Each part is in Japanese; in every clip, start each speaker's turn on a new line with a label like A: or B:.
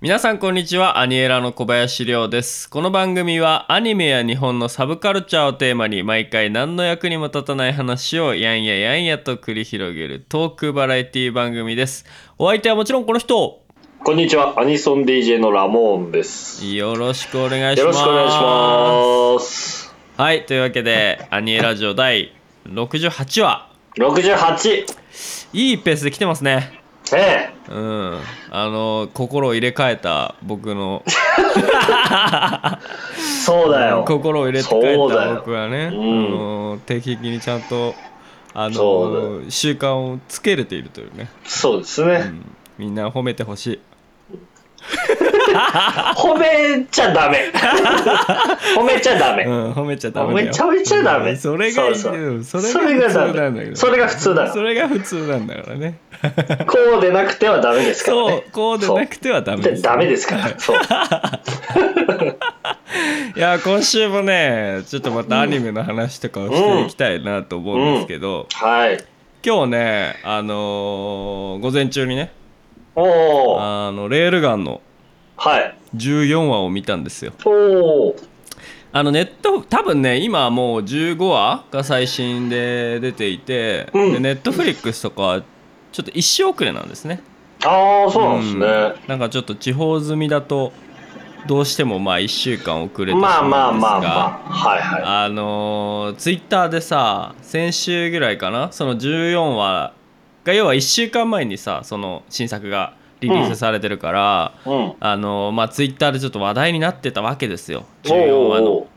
A: 皆さんこんにちはアニエラの小林亮ですこの番組はアニメや日本のサブカルチャーをテーマに毎回何の役にも立たない話をやんややんやと繰り広げるトークバラエティ番組ですお相手はもちろんこの人
B: こんにちは、アニソン DJ のラモーンです。よ
A: よろしくお願いします
B: ろしくお願いします。
A: はいというわけでアニエラジオ第68話
B: 68!
A: いいペースで来てますね
B: ええ、
A: うんあの心を入れ替えた僕の
B: そうだよ。
A: 心を入れて帰
B: そう
A: っ
B: だ
A: た
B: よ
A: 僕はね、
B: うん
A: あの定期的にちゃんとあ
B: そうだ
A: の習慣をつけれているというね、
B: そうです
A: う
B: ね。
A: んみんな褒めてほしい
B: 褒めちゃダメ。 褒めちゃダメ。
A: うん、褒めちゃダメだ
B: 褒
A: よ
B: めちゃめちゃダ
A: う
B: メ。
A: んそれがいい
B: そうそう
A: うんそ
B: そ
A: れ
B: れ
A: が
B: が
A: 普通
B: ダ
A: なんだけ
B: メ。
A: ど
B: それが普通だ
A: そ
B: よ。
A: れが普通なんだから ね
B: こうでなくてはダメですから
A: そ
B: ね
A: う。こうでなくてはダメ
B: で
A: です
B: ダメですから。そう。
A: いや今週もねちょっとまたアニメの話とかをしていきたいなと思うんですけど、
B: はい。
A: 今日ねあのー午前中にね
B: おー。
A: あのレールガンの
B: はい。
A: 14話を見たんですよ
B: おー。
A: あのネット多分ね今はもう15話が最新で出ていて、
B: うん
A: でネットフリックスとかちょっと一周遅れなんですね
B: あー、そうなんですね。
A: うんなんかちょっと地方済みだとどうしてもまあ1週間遅れてし
B: まあま
A: ま
B: あ
A: うんですが、
B: まあまあ。はいはい。
A: あのツイッター Twitter でさ先週ぐらいかなその14話が要は1週間前にさその新作がリリースされてるから、
B: うん。
A: あのまあツイッターでちょっと話題になってたわけですよ14話の。
B: おー。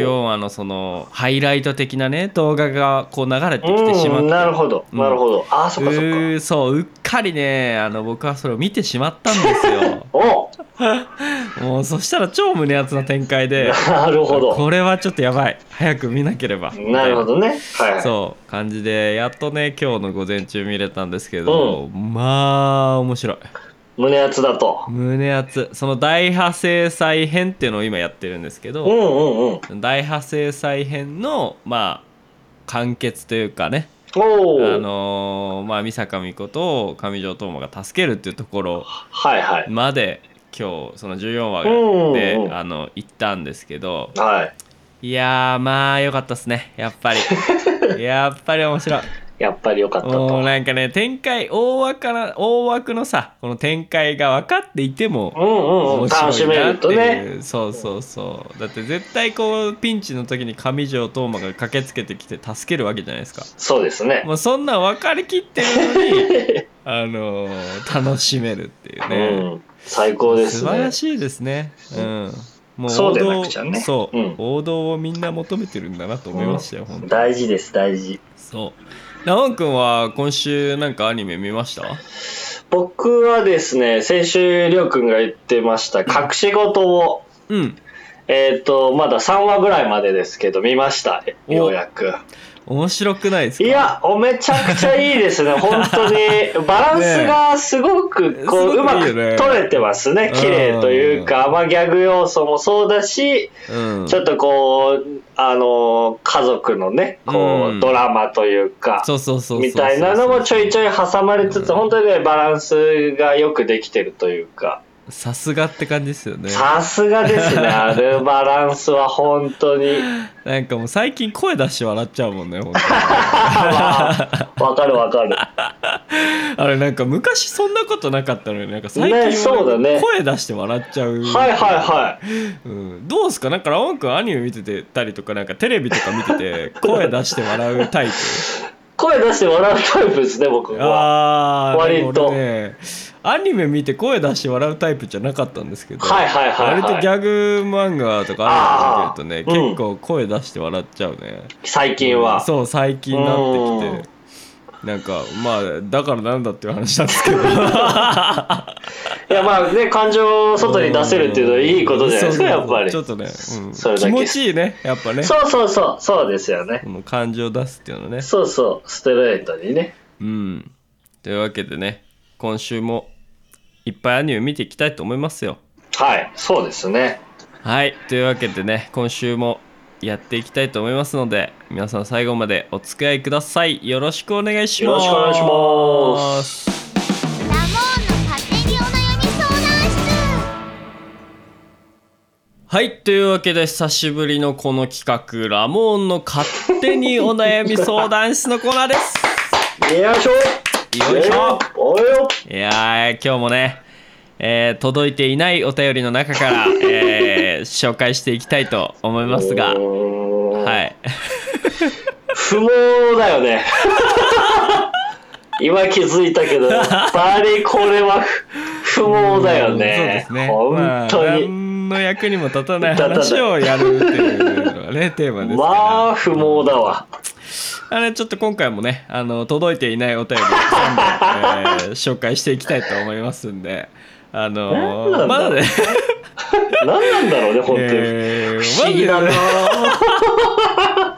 A: 14話のそのハイライト的なね動画がこう流れてきてしまって、
B: うん、なるほど、
A: うん
B: なるほどあそっかそっ
A: う
B: か、
A: ーそううっかりねあの僕はそれを見てしまったんです よ
B: お
A: もうそしたら超胸熱な展開で
B: なるほど
A: これはちょっとやばい早く見なければ
B: なるほどねはいはい
A: そう感じでやっとね今日の午前中見れたんですけど、まあ面白い
B: 胸熱だと
A: 胸熱その大破制裁編っていうのを今やってるんですけど、
B: うんうんうん
A: 大破制裁編のまあ完結というかね
B: おお、
A: あのーまあ美坂美子と上条斗真が助けるっていうところ
B: はいはい
A: まで今日その14話
B: うんうんう
A: で
B: ん
A: あの行ったんですけど
B: はい
A: いやーまあ良かったっすねやっぱ りやっぱり面白い
B: やっぱりよかった
A: もう
B: と
A: なんかね展開大枠から大枠のさこの展開が分かっていても
B: うんうんうん
A: 面
B: 楽し
A: 白い
B: め
A: な
B: る
A: って
B: とね
A: いうそうそうそうだって絶対こうピンチの時に上条斗真が駆けつけてきて助けるわけじゃないですか
B: そうですね
A: もうそんなん分かりきってるの にあのー楽しめるっていう
B: う
A: ね、
B: ん最高です
A: 素晴
B: ね
A: らしいですねうんも
B: そうでなくちゃね
A: そう、
B: うん
A: 王道をみんな求めてるんだなと思いましたよ、本当に
B: 大事です大事
A: そうラオン君は今週なんかアニメ見ました
B: 僕はですね先週りょうくんが言ってました隠し事を
A: うん
B: えっ、とまだ3話ぐらいまでですけど見ました
A: お
B: ようやく
A: 面白くないですか
B: いや、おめちゃくちゃいいです ね、本当に。バランスがすごく、こ
A: ね
B: う、
A: え
B: うま
A: すごくいいよね
B: く取れてますね。綺麗というか、まあギャグ要素もそうだし、
A: うん
B: ちょっとこう、あの、家族のね、こ
A: うん
B: う、ドラマというか、
A: そうそうそうそう
B: みたいなのもちょいちょい挟まれつつ、
A: うん
B: 本当にね、バランスがよくできてるというか、
A: さすがって感じですよね
B: さすがで すね、あのバランスは本当に。
A: なんかもう最近声出して笑っちゃうもんね本当に
B: まあわかるわかる。
A: あれなんか昔そんなことなかったのになんか最
B: ね
A: 近
B: そうだね
A: 声出して笑っちゃう、
B: はいはいはい。
A: うん、どうすかなんかラオン君アニメ見ててたりとかなんかテレビとか見て て声出して笑うタイ
B: 声出して笑うタイプですね、僕
A: プ
B: は。
A: ああ
B: 割と
A: ねアニメ見て声出して笑うタイプじゃなかったんですけど、
B: はいはいはい、
A: 割と
B: は
A: ギ
B: い。
A: ャグ漫画とかアニメ見てるとね、
B: あーうん
A: 結構声出して笑っちゃうね
B: 最近は。
A: そう最近なってきてなんかまあだからなんだっていう話なんです けど
B: いやまあね、感情を外に出せるっていうのはいいことじゃないですか、
A: うん
B: やっぱり。
A: ち
B: そ
A: ょ
B: う
A: っとね、うん
B: それだ
A: 気
B: け
A: 持ちいいねやっぱね
B: そうそう、そうですよね。
A: この感情を出すっていうのね
B: そうそう、ストレートにね。
A: うんというわけでね今週もいっぱいアニメ見ていきたいと思いますよ
B: はい、そうですね。
A: はいというわけでね今週もやっていきたいと思いますので皆さん最後までお付き合いくださいよろしくお願いします
B: よろしくお願いします
C: ラモーンの勝手にお悩み相談室
A: はいというわけで久しぶりのこの企画ラモーンの勝手にお悩み相談室のコーナーです
B: よいしょ
A: よいしょ
B: およ
A: いやー今日もね、えー届いていないお便りの中から、 えー紹介していきたいと思いますが
B: うーん
A: はい
B: 不毛だよね 今気づいたけどやっぱりこれは不毛だよ
A: そうで
B: ね
A: すね
B: 本当
A: まあ、
B: に
A: 何の役にも立たない
B: 立たない
A: 話をやるっていうのがねテーマですから
B: まあ不毛だわ
A: あれちょっと今回もねあの届いていないお便りを全部、えー紹介していきたいと思いますんであのー
B: なん
A: ま
B: なんだ
A: だね、
B: 何なんだろうね本当に、
A: えー
B: 不思議だな
A: まだね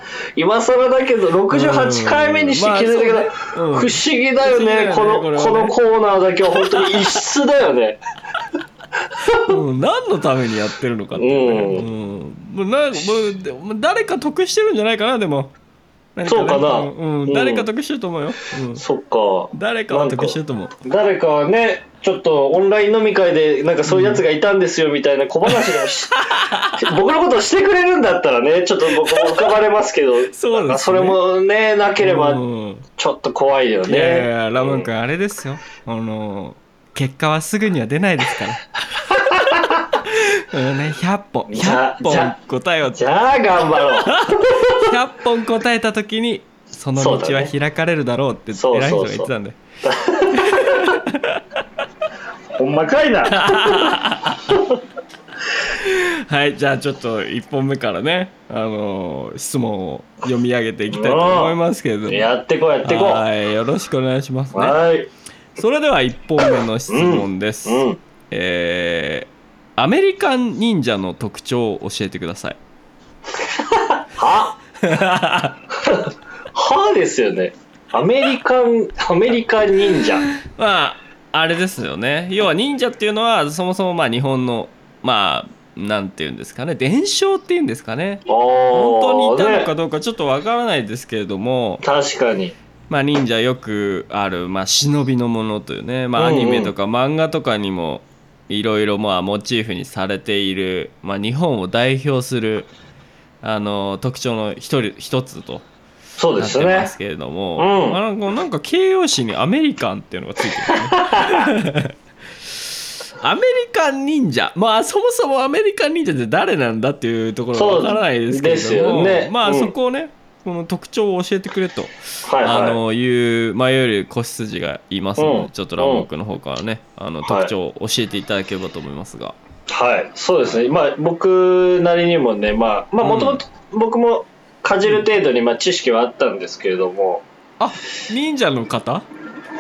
B: 今更だけど68回目にして気づいたけ
A: う
B: ど、
A: んまあそうねうん
B: 不思議だよね
A: 不思議だよね
B: この
A: これはね
B: このコーナーだけは本当に異質だよね
A: うん何のためにやってるのかっていうね、
B: う
A: うんもうなんもうでも誰か得してるんじゃないかなでも何ね
B: そうかなん
A: うん
B: うん
A: 誰か得してると思うよ、 うん
B: そっか
A: 誰かは得してると思う
B: 誰かはねちょっとオンライン飲み会でなんかそういうやつがいたんですよみたいな小話で もし僕のことをしてくれるんだったらねちょっと僕も浮かばれますけど
A: そうですね
B: なんかそれもねなければ
A: うん
B: ちょっと怖いよ
A: いやい
B: ね
A: やラム君あれですよ、あの結果はすぐには出ないです からうんね100本
B: じゃ
A: 100本
B: じゃ
A: 答えを
B: じゃあ頑 張ろう
A: 100本答えた時にその道
B: そうだ
A: は
B: ね
A: 開かれるだろうって
B: そう
A: 偉い人
B: そうそ
A: が
B: う
A: 言ってたんで
B: ほんまかいな。
A: はいじゃあちょっと1本目からねあの質問を読み上げていきたいと思いますけれども
B: やってこうやってこう。は
A: はいよろしくお願いしますね
B: ーい。
A: それでは1本目の質問です、
B: うん。
A: えーアメリカン忍者の特徴を教えてください
B: ははですよね。アメリカン、アメリカン 忍者。
A: まああれですよね要は忍者っていうのはそもそもまあ日本のまあなんていうんですかね伝承っていうんですかね本
B: 本
A: 当にいたのか
B: ね、
A: どうかちょっとわからないですけれども、
B: 確かに。
A: まあ、忍者よくある、まあ、忍びのものというね、まあ、ア
B: うんうん
A: ニメとか漫画とかにもいろいろまあモチーフにされている、まあ、日本を代表するあの特徴の一人一つと
B: そう
A: な
B: で
A: っ
B: す
A: てま
B: ね
A: す。けれど
B: そうです
A: も、
B: ねうん
A: まあなんかなんか形容詞に「アメリカン」っていうのがついてるね アメリカン忍者まあそもそもアメリカン忍者って誰なんだっていうところがわからないですけ
B: そう
A: れ
B: です
A: ども、
B: よね
A: まあ
B: うん
A: そこをね、この特徴を教えてくれと、
B: はい
A: あ
B: はい。
A: のいう前より子羊がいますので、
B: うん
A: ちょっとラモン君の方からねあの
B: は
A: 特
B: い
A: 徴を教えていただければと思いますが、
B: はい。そうですね。まあ、僕なりにもね、まあ、まあ、
A: うん
B: もともと僕もかじる程度に、まあ、知識はあったんですけれども、
A: あ忍者の方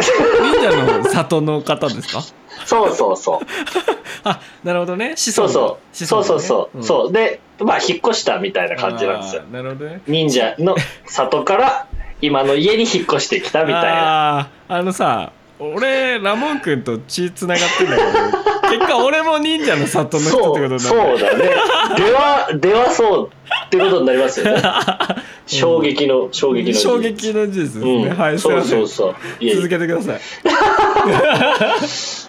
A: 忍者の里の方ですか
B: そうそ うそう。
A: あなるほどね子
B: そう
A: 孫
B: そ
A: の
B: う。そうそう
A: 子孫のね
B: そう。
A: ん
B: そう。で、まあ、引っ越したみたいな感じなんですよ
A: あ。ーなるほどね。
B: 忍者の里から今の家に引っ越してきたみたいな。
A: あーあのさ、俺ラモン君と血つながってんだけど、 結果俺も忍者の里の人ってこ
B: そ
A: とにな
B: う、
A: る。
B: そうだね。では、ではそうってことになりますよね。衝撃の、衝撃の。
A: 衝撃の事実ですね。
B: うん、
A: はい、すい
B: そ
A: ま
B: う
A: せ
B: そ
A: ん
B: う。そう。いえいえ
A: 続けてください。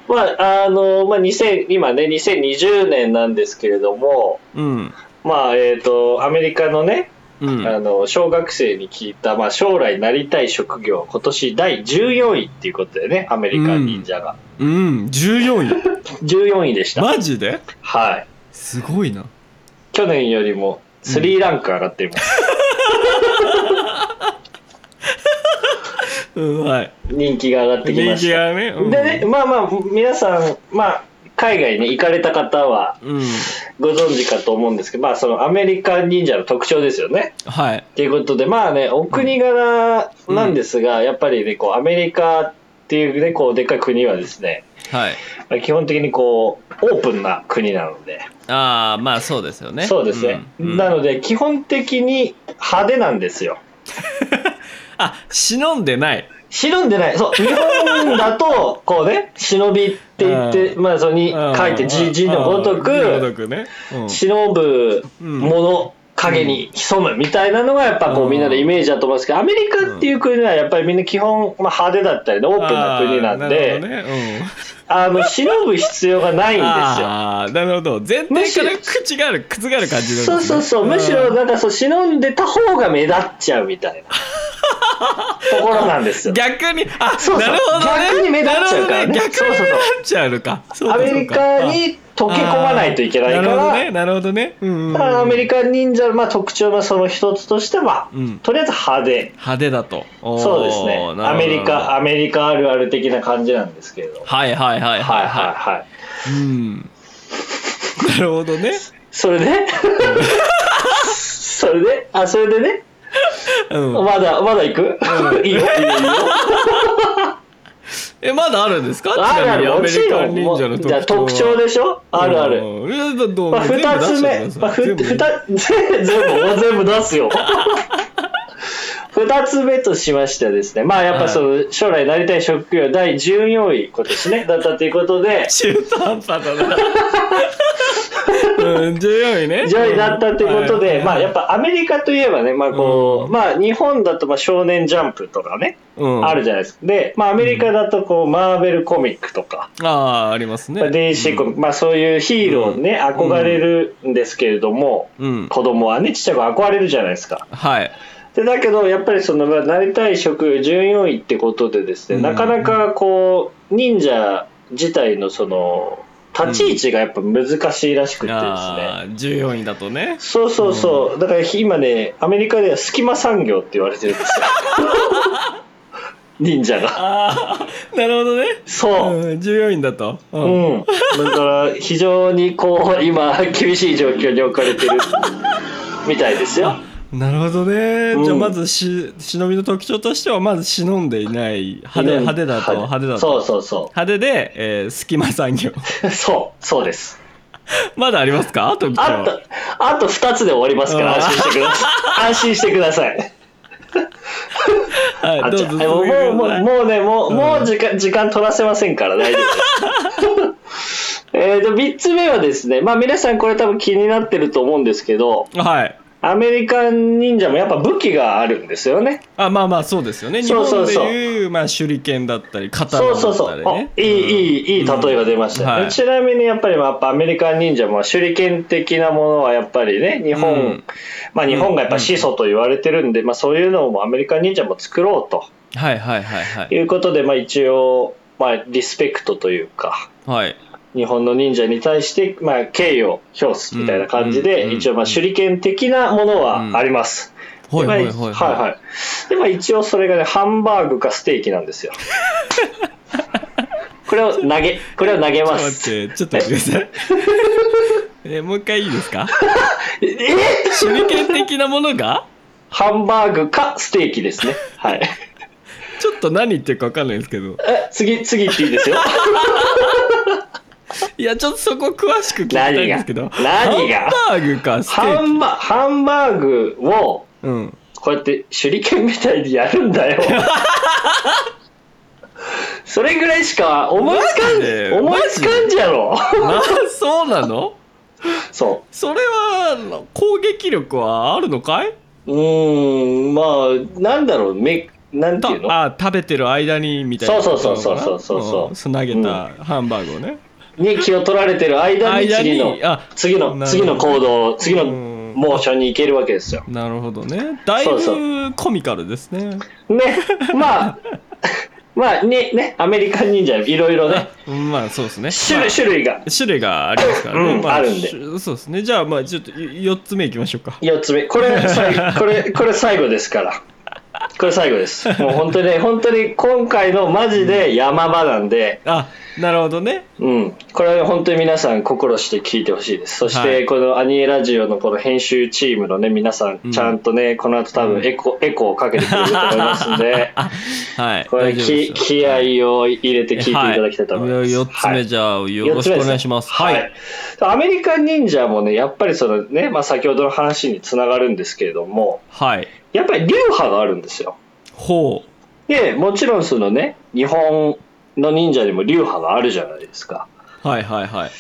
B: まあ、あの、まあ、2000、今ね、2020年なんですけれども、
A: うん。
B: まあ、えっ、と、アメリカのね、
A: うん。
B: あの、小学生に聞いた、まあ、将来なりたい職業、今年第14位っていうことでね、アメリカ忍者が。
A: うん。14
B: 14位でし
A: 位。
B: た。
A: マジで
B: はい。
A: すごいな。
B: 去年よりも3ランク上がっています、
A: うん、はい。
B: 人気が上がってきま
A: 人
B: し
A: 気
B: た
A: がね。うん
B: でね。まあまあ皆さんまあ海外に行かれた方は
A: うん。
B: ご存知かと思うんですけどまあそのアメリカ忍者の特徴ですよね
A: はい。
B: っていうことでまあねお国柄なんですが、やっぱりねこうアメリカっていうねこうでっかい国はですね
A: はい。
B: まあ基本的にこうオープンな国なので、
A: ああ、まあそうですよね。
B: そうですね、
A: うんうん
B: なので基本的に派手なんですよ
A: あ、忍んでない。
B: 忍んでない。そう。日本だと、こうね、忍びって言って、
A: う
B: まあ、それに
A: うん
B: 書いて字字のごと
A: うん字のごと
B: く、
A: くね。うん
B: 忍ぶ
A: うん
B: もの、影に潜むみたいなのがやっぱこ
A: う
B: うんみんなでイメージだと思うんですけどアメリカっていう国はやっぱりみんな基本まあ派手だったりねオープンな国なん
A: あーな
B: で
A: るほどね、うん
B: あの忍ぶ必要がないんですよ。
A: ああなるほど全体から口がある覆る感じなんです、ね、
B: そうそうそうむしろなんかそう忍んでた方が目立っちゃうみた いなところなんです
A: うん
B: よ。
A: 逆にあ
B: そうそう
A: なるほどね
B: 逆に目立っちゃうからね
A: なるほど逆に目立っちゃうのかそうか
B: アメリカに溶け込まないといけないから
A: あーなるほどねなるほどね、うんうんうん
B: だからアメリカ忍者のまあ特徴のその一つとしては、
A: うん
B: とりあえず派手
A: 派手だとおー
B: そうですね
A: なるほど
B: アメリカアメリカあるある的な感じなんですけれど
A: はいはいはい
B: は
A: はいい
B: はい
A: は
B: はい
A: いうんなるほどね
B: それでそれであそれでね
A: うん
B: まだまだ行く、 い いよいいよいいよ
A: えまだあるんですか
B: ある
A: ちな
B: あ
A: みに
B: る
A: ア
B: も
A: メ
B: ち
A: リカ
B: ろん
A: 忍
B: も
A: 者の
B: う
A: 特
B: じ
A: 徴
B: ゃあ
A: は
B: 特徴でしょあるある、
A: うんいやだどう
B: まあ、
A: 全部
B: 2つ目、
A: 出してください
B: まあ、ふ
A: 全部
B: ふた 全部もう全部出すよ。2つ目としましてはですね、まあやっぱその将来なりたい職業第14位今年ね、だったということで、
A: 中途半端だな。うん、14位ね。
B: 上位だったということで、まあやっ
A: ぱ、
B: ぱアメリカといえばね、まあこう、
A: うん
B: まあ日本だとまあ少年ジャンプとかね、
A: うん、
B: あるじゃないですか。で、まあアメリカだとこうマーベルコミックとか、
A: ああ、ありますね。
B: DC コミック、まあそういうヒーローにね、
A: うん
B: 憧れるんですけれども、
A: うん。
B: 子供はね、ちっちゃく憧れるじゃないですか。
A: はい。
B: でだけどやっぱりそのまあなりたい職業14位ってことでですね、
A: うん
B: なかなかこう忍者自体のその立ち位置がやっぱ難しいらしくてですね、
A: ああ、14位だとね。
B: そうそうそう、だから今ねアメリカでは隙間産業って言われてる んですよ忍者が
A: ああ、なるほどね。
B: そう、
A: うん、14位だと。う。
B: うんん、だから非常にこう今厳しい状況に置かれてるみたいですよ
A: なるほどね。
B: うん
A: じゃあ、まずし、忍びの特徴としては、まず忍んでいない。派手、派手だと、派手だと。
B: そうそうそ
A: 派手で、えー、隙間産業。
B: う そうそうです
A: まだありますかあと、
B: あと、あと2つで終わりますか
A: あ
B: ら、
A: ー
B: 安心してください。安心してください。
A: はい、
B: あ
A: どう
B: ち
A: ぞ
B: ょ
A: 続けて
B: もう、もう、
A: くだ
B: も
A: さ
B: う
A: い。
B: もうね、もう、
A: うん
B: もう時間、時間取らせませんから、大丈夫です。 えーと、3つ目はですね、まあ皆さんこれ多分気になってると思うんですけど、
A: はい。
B: アメリカン忍者もやっぱ武器があるんですよね。
A: あまあまあそうですよね日
B: そうそ
A: 本
B: う
A: で
B: そう
A: いうまあ、手裏剣だったり刀
B: そ
A: だ
B: う
A: ったりね
B: そうそう。あいい、いい、いい例えが出ました、ね
A: はい
B: ちなみにやっぱり、まあやっぱアメリカン忍者も手裏剣的なものはやっぱりね、日本、
A: うん
B: まあ日本がやっぱ始祖と言われてるんで、まあそういうのもアメリカン忍者も作ろうと。
A: はいはいはいはい
B: いうことで、まあ、一応、まあ、リスペクトというか
A: はい
B: 日本の忍者に対して、まあ、敬意を表すみたいな感じで、
A: うんうん
B: 一応、まあ、
A: うん
B: 手裏剣的なものはあります。
A: ほいほ
B: でまあ
A: いほい
B: はいはいでまあ一応それがねハンバーグかステーキなんですよ これを投げこれを投げ
A: ちょっと
B: ま
A: 待
B: す
A: ってちょっと待ってくださ いえもう一回いいですか
B: ええ
A: 手裏剣的なものが
B: ハンバーグかステーキですねはい
A: ちょっと何言ってるか分かんないですけど
B: え次次行っていいですよ
A: いやちょっとそこ詳しく聞きたいんですけど
B: 何が何が
A: ハンバーグかステ
B: ハ
A: ーキ
B: ンバハンバーグを
A: うん
B: こうやって手裏剣みたいにやるん だよそれぐらいしか思いつか
A: マ
B: ん
A: ジで
B: 思いつかんじゃろ
A: あそうなの
B: そ
A: それは攻撃力はあるのかいう
B: うーんまあなんだろうめなんて
A: た
B: いうの
A: あ食べてる間にみたいな
B: そうそうそうそうそうそう
A: ことなのかなうん投げたハンバーグをね、
B: に気を取られてる間に
A: 間に
B: 次の
A: あ
B: 次の
A: なるほど
B: 次の行動次の
A: うん
B: モーションに行けるわけですよ
A: なるほどねだい
B: そうそ
A: ぶコミカルですね
B: ねまあ まあねねアメリカン忍者いろいろね
A: うんまあそうですね
B: 種類種類が
A: まあ種類がありますからね、
B: うん
A: まあ、
B: あるんで
A: しそうですねじゃあまあちょっと4つ目いきましょうか
B: 4つ目これ 最後これこれ最後ですからこれ最後ですもう本当にね本当に今回のマジで山場なんで
A: あなるほどね
B: うんこれは本当に皆さん心して聞いてほしいですそし
A: は
B: て
A: い
B: このアニエラジオのこの編集チームのね皆さ
A: うん
B: んちゃんとねこの後多分エコエコーをかけてくれると思います んで
A: はい
B: これ気気合を入れて聞いていただきたいと思います、
A: 4つ目じゃあよろしくお願いします
B: はい、アメリカン忍者もねやっぱりそのね、まあ、先ほどの話につながるんですけれども、
A: はい
B: やっぱり流派があるんですよ。
A: ほう
B: で、もちろんそのね、日本の忍者にも流派があるじゃないですか。
A: はいはいはい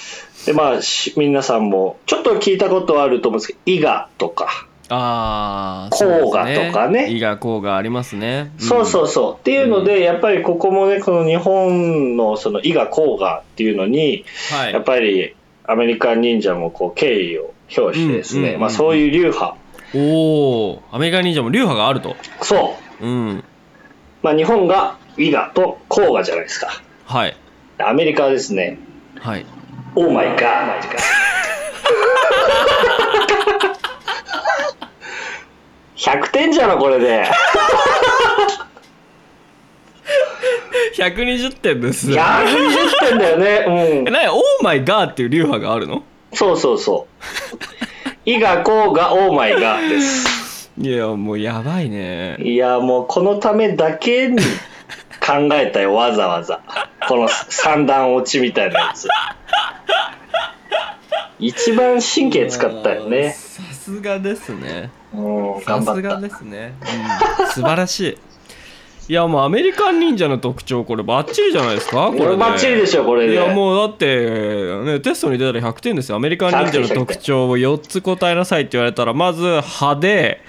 B: で、まあ、し皆さんも、ちょっと聞いたことはあると思うんですけど、伊賀とか、
A: ああ
B: 黄河とかね
A: 伊賀黄河ありますね、
B: そうそううそう。っていうので、やっぱりここもね、この日本のその伊賀甲賀っていうのに、
A: んはい
B: やっぱりアメリカン忍者もこう敬意を表してです
A: うんうんうんう
B: ね、
A: ん
B: まあそういう流派。
A: おおアメリカ忍者も流派があると
B: そう。
A: うん
B: まあ日本が伊賀と甲賀じゃないですか。
A: はい
B: アメリカはですね、
A: はい
B: オーマイガー。100点じゃのこれで。
A: 120点です
B: 120点だよね。うん
A: え。何オーマイガーっていう流派があるの
B: そうそうそう。伊賀甲賀オーマイガーです。
A: いやもうやばいね
B: いやもうこのためだけに考えたよわざわざ。この三段落ちみたいなやつ。一番神経使ったよね。
A: さすがですね
B: うん、
A: さ
B: 頑張
A: す
B: っ
A: が
B: た。
A: ですね、うん、素晴らしいいやもうアメリカン忍者の特徴これバッチリじゃないですかこ
B: こ
A: れ
B: れバッチリでしょこれで。
A: いやもうだって、ね、テストに出たら100点ですよアメリカン忍者の特徴を4つ答えなさいって言われたらまず派手、
B: 派手。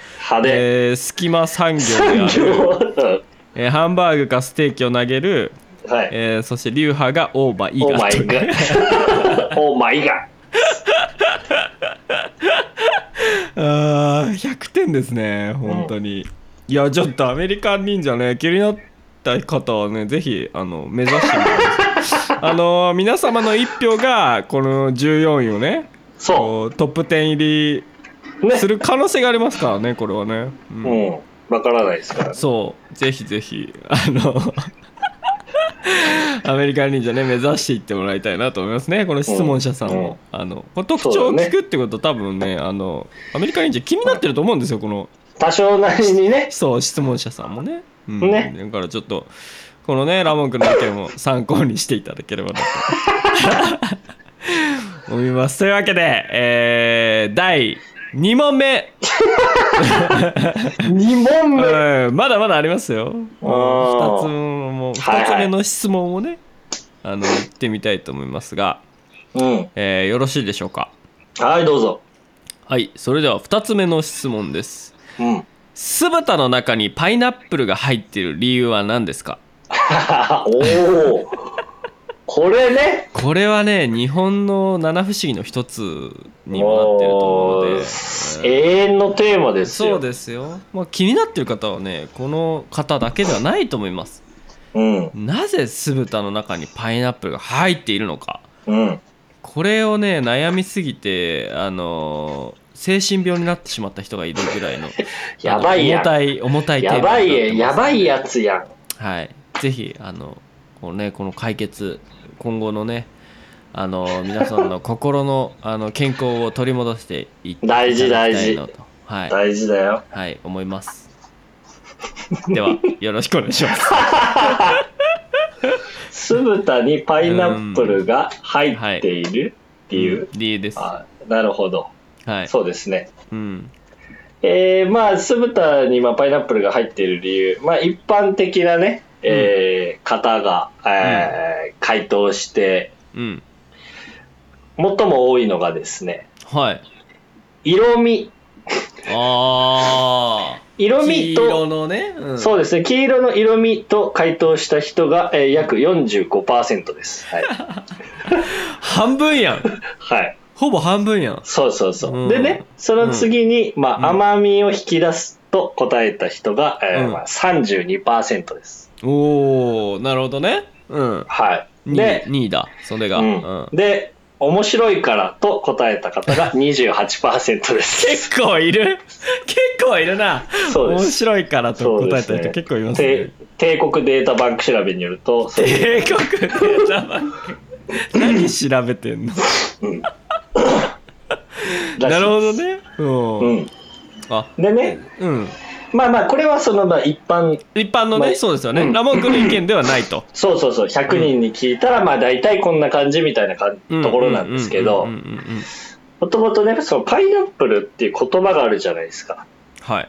A: えー隙間産業である、
B: は
A: えーハンバーグかステーキを投げる、
B: い。
A: えーそして流派がオーバーイ
B: オー
A: ーガ
B: マイ
A: ーと
B: ガー。オーマイガ
A: あー100点ですね本当に、いやちょっとアメリカン忍者ね気になった方はねぜひあの目指してみてくださいあの皆様の1票がこの14位をね
B: ー。そ
A: こうトップ10入
B: う。ね
A: りす。る可能性がありますからねこれはね、うん
B: うん。わからないですから。
A: そうぜひぜひあの アメリカン忍者ね目指していってもらいたいなと思いますねこの質問者さんも、あのこの特徴を聞くってこと、多分ねあのアメリカン忍者気になってると思うんですよこの
B: 多少なりにね。
A: そう質問者さんもね,、うん、
B: ね
A: だからちょっとこのねラモン君の意見も参考にしていただければな と思いますというわけで、えー第2問目、
B: 2問目。
A: うん、まだまだありますよ
B: あ
A: 2
B: ー
A: つも
B: はい
A: 2
B: はい
A: つ目の質問をね、あの言ってみたいと思いますが、
B: うん。
A: えーよろしいでしょうか
B: はい、どうぞ。
A: はいそれでは2つ目の質問です
B: うん。
A: 酢豚の中にパイナップルが入っている理由は何ですか
B: おお。これね。
A: これはね日本の七不思議の一つにもなってると思うので、
B: もう
A: うん
B: 永遠のテーマです
A: そ
B: よ。
A: うですよ、まあ、気になってる方はねこの方だけではないと思います
B: うん。
A: なぜ酢豚の中にパイナップルが入っているのか
B: うん。
A: これをね悩みすぎてあのー精神病になってしまった人がいるぐらいの
B: やばいやん
A: あの重たい重たいテーマ
B: や
A: になっ
B: ば
A: て
B: い
A: ます
B: や、
A: ね
B: やばいやつやん。
A: はい、ぜひあのこの,、ね、この解決今後のねあの皆さんの心のあの健康を取り戻していって
B: 大事
A: いただきたいなとはい、
B: 大事だよ。
A: はい、思いますではよろしくお願いし ます
B: 酢豚にパイナップルが入っているっていう。
A: 理由ですは
B: あなるほど。
A: い
B: そうですね。
A: うん
B: えー、まあ酢豚にまあパイナップルが入っている理由、まあ、一般的なね、えー方が、えー回答して
A: うん
B: 最も多いのがですね
A: はい
B: 色味
A: ああ
B: 色
A: 黄
B: 味と
A: 色のね、うん、
B: そうですね黄色の色味と回答した人が、えー、約45%で すはい、
A: 半分やん
B: はい、
A: ほぼ半分やん
B: そうそうそう、
A: うん
B: でねその次に、まあ、
A: うん
B: 甘みを引き出すと答えた人が、えー
A: うん
B: まあ、32%です
A: おおなるほどねうん
B: はいで
A: 2位2位だそれが、
B: うんで面白いからと答えた方が28%です。
A: 結構いる結構いるな
B: そうで
A: 面
B: す。
A: 白いからと答えた人 結構いますね
B: て帝国データバンク調べによると、そういう
A: 帝国データ バンク何調べてんの
B: らしい
A: なるほどねうん、
B: うん。
A: あ
B: でね、
A: うん
B: まあまあ、これはそのまあ一般、
A: 一般のね、
B: まあ
A: そうですよね、
B: うん
A: ラモン君の意見ではないと
B: そうそうそう、100人に聞いたら、まあ大体こんな感じみたいなかんところなんですけど
A: うんうん、うんうんうんうん
B: もともとね、そのパイナップルっていう言葉があるじゃないですか。
A: はい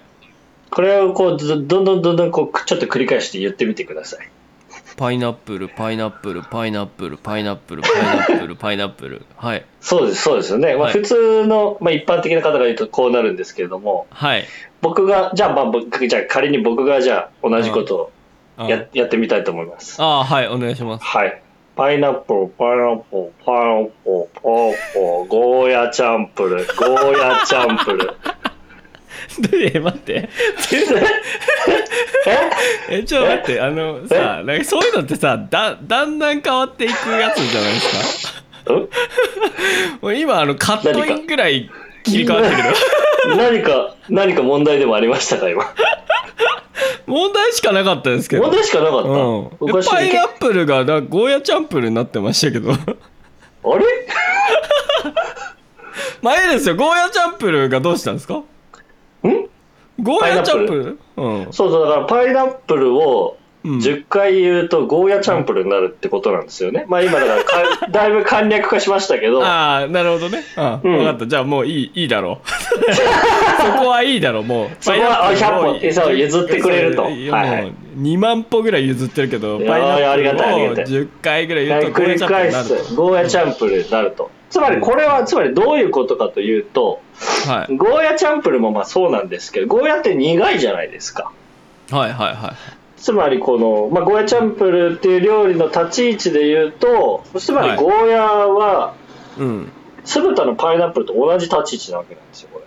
B: これをこう、ずどんどんどんどんこう、ちょっと繰り返して言ってみてください。
A: パイナップルパイナップルパイナップルパイナップルパイナップルパイナップルはい
B: そうです、そうですよね。まあ、
A: はい
B: 普通の、まあ、一般的な方が言うとこうなるんですけれども、
A: はい
B: 僕が、じゃあ、まあ、僕じゃあ仮に僕がじゃあ同じこと
A: あ
B: をや,、やってみたいと思います。
A: あーはいお願いし ます
B: はい。パイナップル、パイナップル、パイナップル、パイナップル、ゴーヤチャンプル、ゴーヤチャンプル。
A: え待って全然
B: え
A: えちょっと待ってあのさなんかそういうのってさだだんだん変わっていくやつじゃないです か
B: ん
A: 俺今あのカットイ
B: 何
A: ンぐらい切り替わってるけど
B: 何か、何か問題でもありましたか、今。
A: 問題しかなかったですけど
B: 問題しかなかった。
A: うん、
B: お
A: で
B: かし
A: パ
B: い
A: イ
B: ね
A: ナップルがなゴーヤチャンプルになってましたけど
B: あれ
A: 前ですよゴーヤチャンプルがどうしたんですか
B: ん
A: ゴーヤチャンプルうん
B: そうそう、だからパイナップルを
A: うん
B: 10回言うとゴーヤチャンプルになるってことなんですよね。まあ今だからか、だいぶ簡略化しましたけ ど、
A: ああなるほどねあ、
B: うん
A: 分かったじゃあもういいいいだろ うそこはいいだろうもう
B: そこは
A: パイナップルを
B: あ100本そう譲ってくれると
A: そういや
B: はいはい
A: もう2万歩ぐらい譲ってるけど
B: いやー
A: パイナップ
B: あり
A: ルを
B: がたいありがたい
A: 10回ぐらい言うとゴー
B: 繰
A: ヤチ
B: り
A: ャンプル
B: 返
A: になると
B: すゴーヤチャンプルになると。つまりこれは、つまりどういうことかというと、
A: は
B: ゴーヤチャンプルもまあそうなんですけど、ゴーヤって苦いじゃないですか。
A: い、はいはいは
B: つまりこの、まあ、ゴーヤチャンプルっていう料理の立ち位置で言うと、つま
A: は
B: り
A: い
B: ゴーヤはい
A: うん
B: 酢豚のパイナップルと同じ立ち位置なわけなんですよ、これ。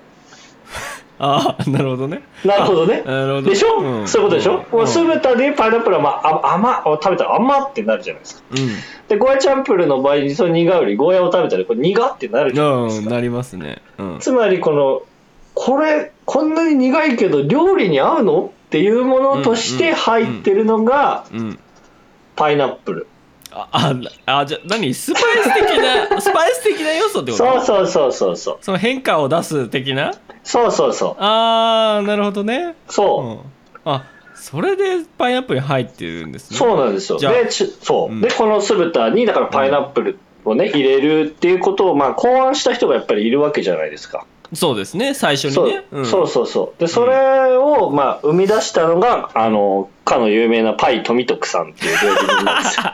A: ああなるほどね
B: なるほどね。
A: あなるほど
B: でしょ、
A: うん
B: そういうことでしょ、
A: うん
B: もう酢豚でパイナップルは、まあ、あ甘っ食べたら甘ってなるじゃないですか。
A: うん
B: で、ゴーヤチャンプルの場合に、その苦いよりゴーヤを食べたら、これ苦ってなるじゃないで
A: う
B: す
A: ん
B: か。
A: なりますねうん
B: つまり、この、これ、こんなに苦いけど、料理に合うのっていうものとして入ってるのが、
A: うん
B: パイナップル。
A: ああなあじゃあ何スパイス的なスパイス的な要素ってこと
B: そうそうそうそうそう。
A: その変化を出す的な
B: そうそうそ
A: あーなるほどね
B: う。そう
A: ん
B: う。
A: あそれでパイナップルに入ってるんですね
B: そうなんですよ。
A: じゃあ
B: で、ちゅそう、
A: うん
B: で、この酢豚に、だからパイナップルをね、入れるっていうことを、まあ、考案した人がやっぱりいるわけじゃないですか。
A: そうですね最初にね
B: そうそうそうそうでそれを、まあ、生み出したのがあのかの有名なパイ富徳さんっていう料理人なん ですよ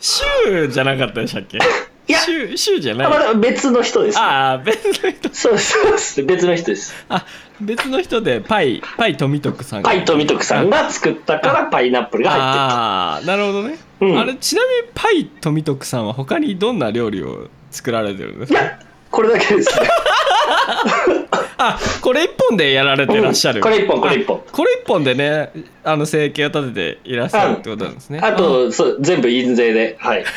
A: シューじゃなかったでしたっけ
B: いや
A: シューシューじゃない
B: まだ別の人です
A: ああ別の人
B: そうそうです別の人です
A: あ別の人でパイパイ富徳さんが
B: パイ富徳さんが作ったからパイナップルが入ってる
A: ああなるほどね、
B: うん
A: あれちなみにパイ富徳さんは他にどんな料理を作られてるんです
B: い
A: か
B: やこれだけですね
A: あこれ一本でやられてらっしゃる、
B: うんこれ一本これ一本
A: あこれ一本でねあの生計を立てていらっしゃるってことなんですね
B: あとそう全部印税ではい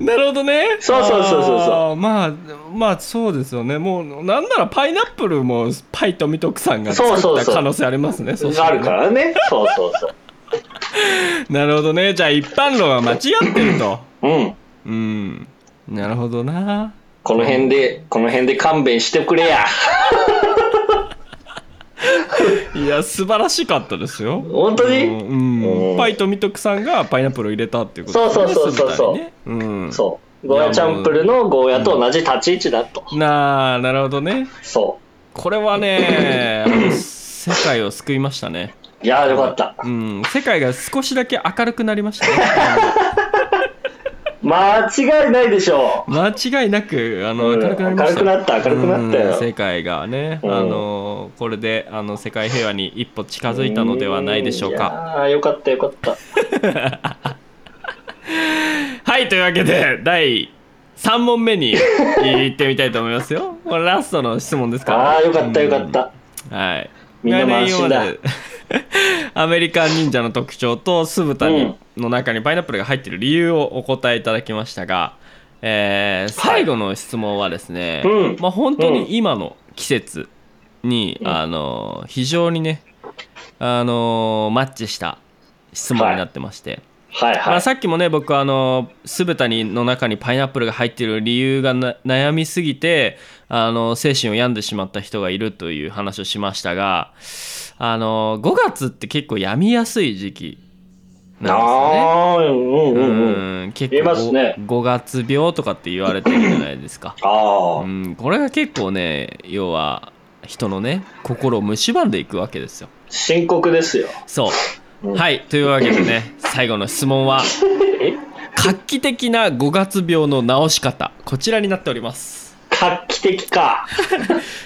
A: なるほどね
B: そうそうそうそうそう
A: あーまあまあそうですよねもうなんならパイナップルもパイ富徳さんが作
B: そうそう
A: っ
B: そ
A: た
B: う
A: 可能性ありますねそうした
B: あ
A: らね
B: るからねそうそうそう
A: なるほどねじゃあ一般論は間違ってると
B: うん
A: うんなるほどな
B: この辺でこの辺で勘弁してくれや
A: いや素晴らしかったですよ
B: 本当に
A: うんうん
B: うん
A: パイ富徳さんがパイナップルを入れたっていうことですね
B: そうそうそうそ
A: 酢豚に
B: うそう
A: ねうん
B: そうゴーヤチャンプルのゴーヤと同じ立ち位置だと、
A: なあなるほどね
B: そ
A: これはねあの世界を救いましたね
B: ういやーよかった
A: うん世界が少しだけ明るくなりました ね
B: 間違いないでしょう
A: 間違いなくあの
B: うん
A: 明るくなりました
B: 明るくなった明るくなったよ
A: うん世界がねあ
B: うん
A: のこれであの世界平和に一歩近づいたのではないでしょうか
B: いやーよかったよかった
A: はいというわけで第3問目に行ってみたいと思いますよこれラストの質問ですから
B: ああーよかったよかった、
A: はい。
B: みんな満
A: 来年ま
B: 身だ
A: で アメリカン忍者の特徴と酢豚に、の中にパイナップルが入っている理由をお答えいただきましたが、えー最後の質問はですね、
B: うん
A: まあ、本当に今の季節に、あの非常にね、あのマッチした質問になってまして、
B: はいはい、
A: まあ、さっきもね僕あの酢豚にの中にパイナップルが入ってる理由がな悩みすぎてあの精神を病んでしまった人がいるという話をしましたがあの5月って結構病みやすい時期なんですよね。
B: ああーうんうんうん、うん、
A: うん結
B: 言え
A: 構
B: ますね
A: 5, 月病とかって言われてるじゃないですか、
B: ああ、
A: うん、これが結構ね要は人のね心を蝕んでいくわけですよ
B: 深刻ですよ。
A: そう
B: うん
A: はいというわけでね最後の質問は
B: え
A: 画期的な5月病の治し方こちらになっております
B: 画期的か。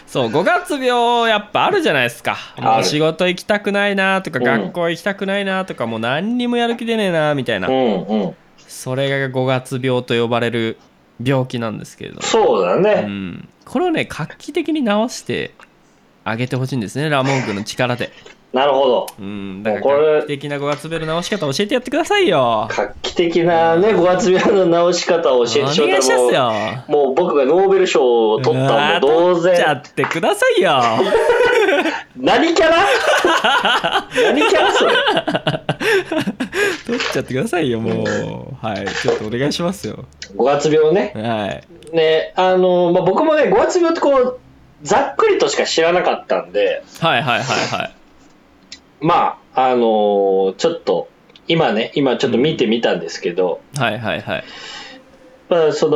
A: そう5月病やっぱあるじゃないですかも
B: あ
A: う
B: る
A: 仕事行きたくないなとか
B: うん
A: 学校行きたくないなとかもう何にもやる気出ねえなみたいな
B: うんうん。
A: それが5月病と呼ばれる病気なんですけれども
B: そうだ
A: う
B: ね。
A: ん、これをね画期的に直してあげてほしいんですねラモン君の力で
B: なるほど。
A: うんだか
B: もうこ
A: ら
B: れ
A: 画期的な5月病の直し方教えてやってくださいよ
B: 画期的なね、五月病の直し方を
A: お
B: 教え
A: 願
B: て
A: いします
B: もう
A: よ
B: もう僕がノーベル賞を取った
A: う
B: の
A: わ
B: も同
A: 取っちゃ
B: 然。
A: ってくださいよ
B: 何キャラ何キャラそれ。
A: 取っちゃってくださいよもうはいちょっとお願いしますよ
B: 五月病ね。
A: はい
B: ね、あの、まあ、僕もね、五月病ってこう、ざっくりとしか知らなかったんで、
A: はいはいはいはい
B: まあ、あのーちょっと、今ね、今ちょっと見てみたんですけど、
A: はいはいはい
B: まあ、そ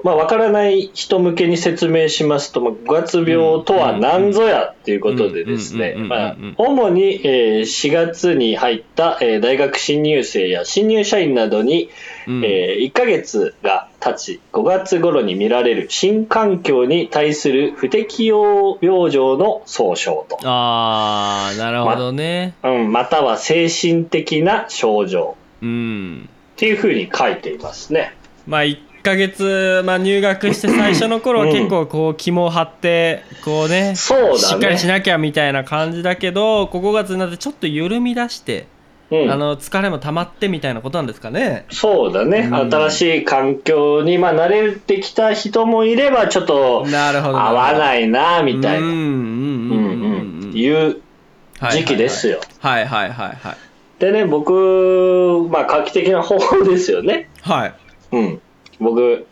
B: の、まあ、わからない人向けに説明しますと、まあ、五月病とは何ぞやっていうことでです
A: う
B: ね、
A: んうんうんうん
B: まあ、主に、えー4月に入った、えー大学新入生や新入社員などに、
A: うん
B: え1ヶ月が経ち、5月頃に見られる新環境に対する不適応病状の総称と、
A: あーなるほどね
B: うん、または精神的な症状
A: うん
B: っていうふうに書いていますね。
A: まあ1ヶ月、まあ、入学して最初の頃は結構こう肝を張ってこうね
B: そう
A: し
B: だ
A: っか
B: ね
A: り。しなきゃみたいな感じだけどここ5月になってちょっと緩み出して、
B: うん
A: あの疲れも溜まってみたいなことなんですかね
B: そうだね、
A: うん
B: 新しい環境に、まあ、慣れてきた人もいれば、ちょっと
A: なるほ
B: 合
A: ど
B: わ
A: い
B: ないな、みたいな、
A: う
B: うん
A: んうん
B: う
A: うんうん
B: ん
A: うん
B: いう時期ですよ。
A: はいはいはいはい
B: でね、僕、まあ、画期的な方法ですよね。
A: はい、はい、
B: うん。僕、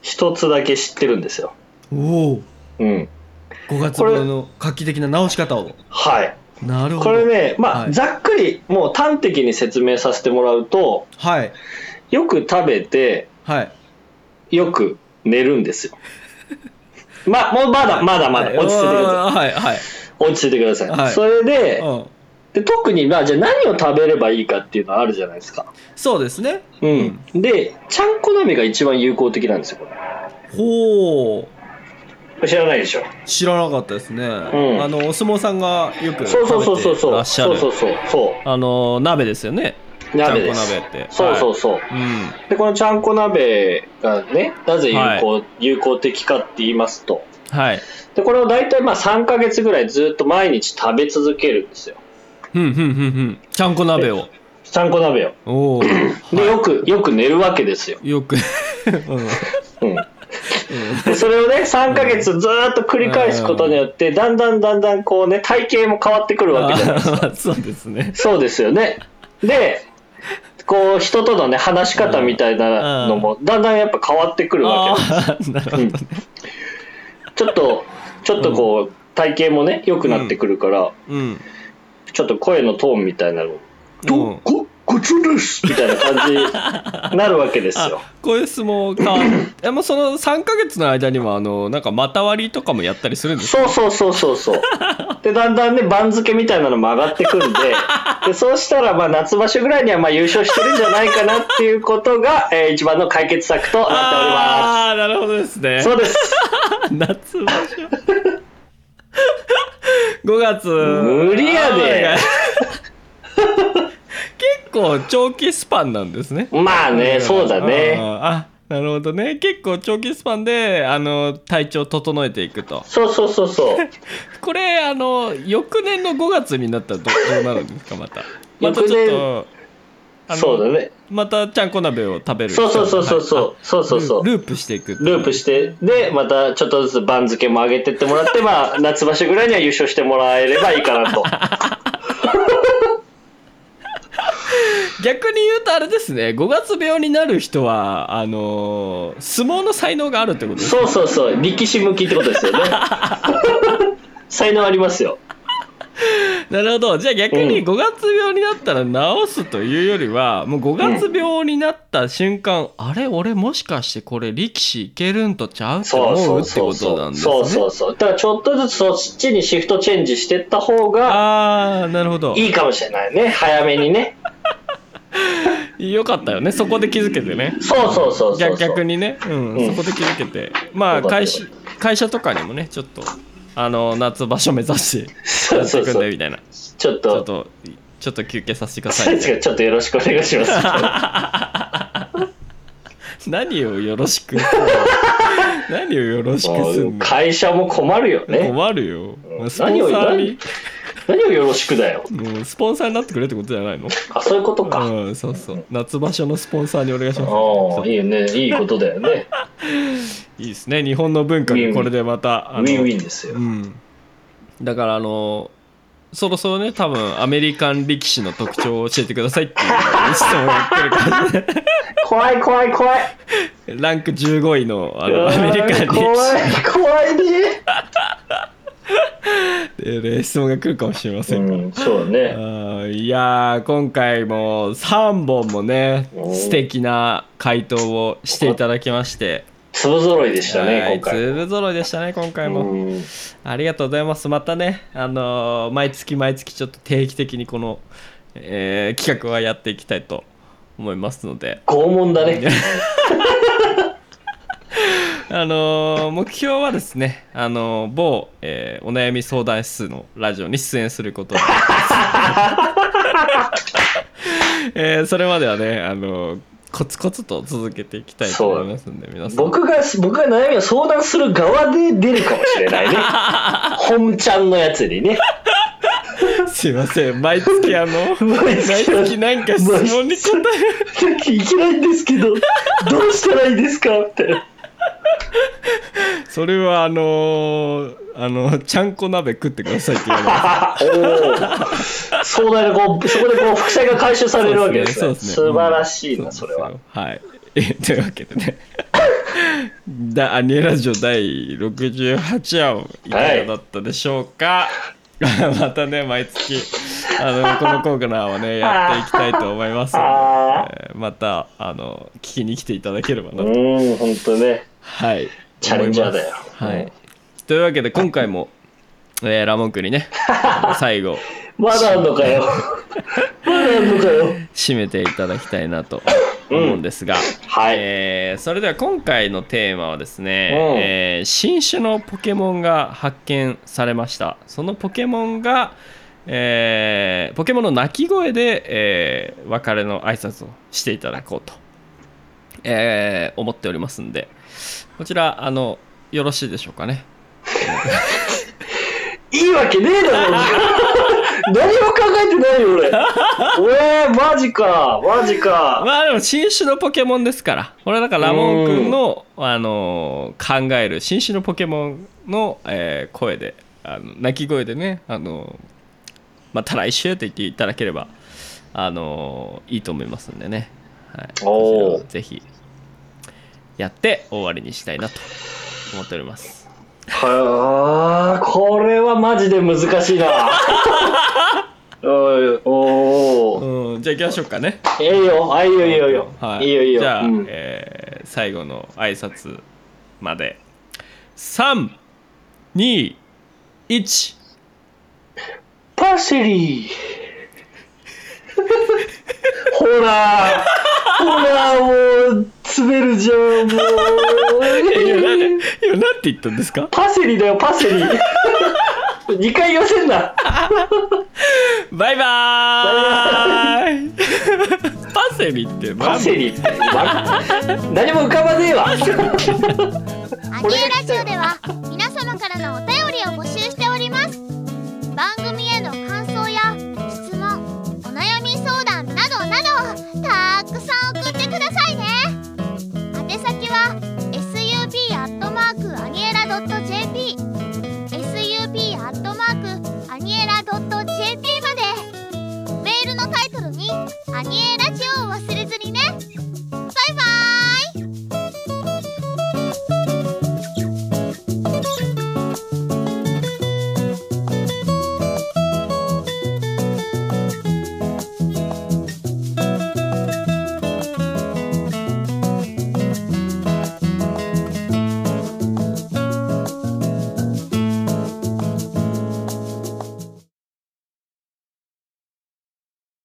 B: 一つだけ知ってるんですよ。
A: おお
B: うん。
A: 5月頃の画期的な直し方を
B: はい。
A: なるほど
B: これね、まあ、
A: はい
B: ざっくり、もう端的に説明させてもらうと、
A: はい
B: よく食べて、
A: はい
B: よく寝るんで すよ。まあ、もうまだ、まだまだ、落ち着いてください。
A: あーはいはい
B: 落ち着いてください。
A: はい
B: それで
A: うん
B: で、特に、まあ、じゃあ何を食べればいいかっていうのはあるじゃないですか。
A: そうですね
B: うん。で、ちゃんこ鍋が一番有効的なんですよ、これ。
A: ほう
B: これ知らないでしょ。
A: 知らなかったですね、
B: ん
A: あのお相撲さんがよく
B: そうそうそ
A: 食べ
B: うそう
A: て
B: そ
A: ら
B: う。
A: っしゃ
B: そう
A: る
B: そうそう。そ
A: あの鍋ですよね
B: う。鍋で
A: ち
B: す
A: ゃん。こ鍋って
B: そうそう
A: う、
B: そう。
A: はいうん
B: でこのちゃんこ鍋がねなぜ有効,、有効的かって言いますと
A: はい
B: でこれを大体まあ3ヶ月ぐらいずっと毎日食べ続けるんですよ
A: ふんふんふんふんちゃんこ鍋を
B: ちゃんこ鍋を
A: おお、
B: で
A: は
B: よくよく寝るわけですよ、
A: い、よく うん
B: うん、でそれをね3ヶ月ずっと繰り返すことによってだんだんだんだんこうね体型も変わってくるわけじゃないですか
A: あーそうですね
B: そうですよねでこう人とのね話し方みたいなのもだんだんやっぱ変わってくるわ
A: あ
B: け
A: ーなるほどね、
B: ちょっとちょっとこう、体型もね良くなってくるから、
A: うん
B: ちょっと声のトーンみたいなの、
A: うん
B: こ、こちらですみたいな感じになるわけですよ。
A: こういう相撲かえもうその3か月の間にもあのなんか股割りとかもやったりするんですか
B: そうそうそうそう そう。で、だんだんね、番付みたいなのも上がってくんで、でそうしたら、まあ、夏場所ぐらいにはまあ優勝してるんじゃないかなっていうことが、えー一番の解決策とな
A: ああなるほどです
B: って
A: ね
B: おります。そうです。
A: 夏場所5月
B: 無理やで
A: あー結構長期スパンなんですね
B: まあね、そうだ
A: あ
B: ね。
A: ーあなるほどね結構長期スパンであの体調整えていくと
B: そうそうそうそう。
A: これあの翌年の5月になったらどどうなるんですかまたまた
B: 翌
A: ちょっ
B: 年
A: と あの
B: そうだね。
A: またちゃんこ鍋を食べる
B: そうそうそうそうそう。そうそうそう。
A: ルループしていく
B: ループして、で、またちょっとずつ番付も上げてってもらって、ま あ、夏場所ぐらいには優勝してもらえればいいかなと。
A: 逆に言うとあれですね5月病になる人はあのー相撲の才能があるってことです
B: そうそうそう、力士向きってことですよね。才能ありますよ。
A: なるほどじゃあ逆
B: う
A: に
B: ん
A: 5月病になったら治すというよりはもう5月病になった瞬間、あれ俺もしかしてこれ力士いけるんとちゃうって
B: そう
A: 思
B: そうう
A: ってこ
B: そう
A: と
B: そ
A: なん
B: う。
A: です
B: そうそ
A: ね
B: うそう。だからちょっとずつそっちにシフトチェンジしてった方が
A: ああなるほど
B: いいかもしれないね。早めにね。
A: よかったよねそこで気づけてね
B: そうそうそうそうそう。
A: 逆逆にね、うん
B: うん
A: そこで気づけてまあ
B: よかった
A: 会
B: よ
A: 社会社とかにもねちょっとあの夏場所目指して
B: そう
A: やって
B: そ
A: いうくん
B: そ
A: で
B: う。
A: みたいな
B: ちょっ
A: ちょっ
B: と、
A: とちょっと休憩させてくださいみたいな
B: ちょっとよろしくお願いします。
A: 何をよろし く何をよろしくす
B: もうん
A: の
B: 会社も困るよね。
A: 困るよ
B: ん
A: スポンサーに
B: 何をよろしくだよ。
A: うんスポンサーになってくれってことじゃないの
B: あ、そういうことか。
A: うんそうそう夏場所のスポンサーにお願いします
B: あ
A: そ
B: あ、
A: う
B: いいよね。いいことだよね。
A: いいですね日本の文化
B: ウィンウィ
A: に
B: ン
A: これでまた
B: ウィンウィ
A: ン
B: ンですよ
A: う。んだからあのそろそろね多分アメリカン力士の特徴を教えてくださいって いう質問をやってるからね
B: 怖い怖い怖い。
A: ランク15位のあのアメリカン力士
B: 怖い怖いね。
A: でね質問が来るかもしれませんが
B: うん、そうね。
A: あーいやー今回も3本もね
B: おー
A: 素敵な回答をしていただきまして
B: 粒揃いでした
A: はい
B: ね、今回。
A: 粒揃いでしたね今回も、
B: うん
A: ありがとうございますまたねあのー毎月毎月ちょっと定期的にこの、えー企画はやっていきたいと思いますので
B: 拷問だね。
A: あのー目標はですね、あのー某、えーお悩み相談室のラジオに出演することでえーそれまではね、あのーコツコツと続けていきたいと思いますんで皆さん
B: 僕が、僕が悩みを相談する側で出るかもしれないね。 本ちゃんのやつにね。
A: すいません毎月あの
B: 毎
A: 毎
B: 月
A: 月なんか質問に答える
B: いけないんですけど、どうしたらいいですかって。
A: それはあのーあの ちゃんこ鍋食ってくださいって言われます
B: おお。壮大なこう、そこでこう、副菜が回収されるわけです
A: そう
B: ね。
A: ですね
B: 素晴らしい
A: うん
B: な、それは。
A: うなんですよはい。え というわけでね、だアニエラジオ第68話をいかがだったでしょうか、 またね、毎月あの、このコーナーをね、やっていきたいと思いますの
B: あ
A: で、えーまたあの聞きに来ていただければなと。
B: うーん、本当ね。
A: はい、
B: チャレンジャーだよ
A: 思いますはい、というわけで、今回も、えーラモン君に ね、あの最後、
B: まだあんの かよ。まだあんのかよ。
A: 締めていただきたいなと思うんですが。
B: はい。
A: えーそれでは今回のテーマはですね、
B: うん
A: えー新種のポケモンが発見されましたそのポケモンが、えーポケモンの鳴き声で、えー別れの挨拶をしていただこうと、えー思っておりますんでこちらあのよろしいでしょうかね
B: いいわけねえだ ろ、何も考えてないよ、俺。ええマジか、マジか。
A: まあでも新種のポケモンですからこれはだからラモン君の、あのー考える新種のポケモンの、えー声であの鳴き声でね、あのーまた来週と言っていただければ、あのーいいと思いますんでね、はい、こ
B: おー
A: ちらをぜひやって終わりにしたいなと思っております
B: はあ、これはマジで難しい な。おいおー
A: うんじゃあ行きましょうかね
B: いいよ、あ、いいよ、いいよ、いいよ。、
A: はい
B: いよ、いいよ。
A: じゃあ、
B: うん
A: えー最後の挨拶まで321
B: パセリー。ほら、ほら、もう、滑るじゃん、も
A: 今なん
B: う。
A: て今なんて言ったんですか
B: パセリだよ、パ セリ。二回言わせんな。
A: バイバーイ パセリって何
B: パセリって。ま何も浮かばねえわ。
C: アニエラジオでは皆様からのお便りを募集しており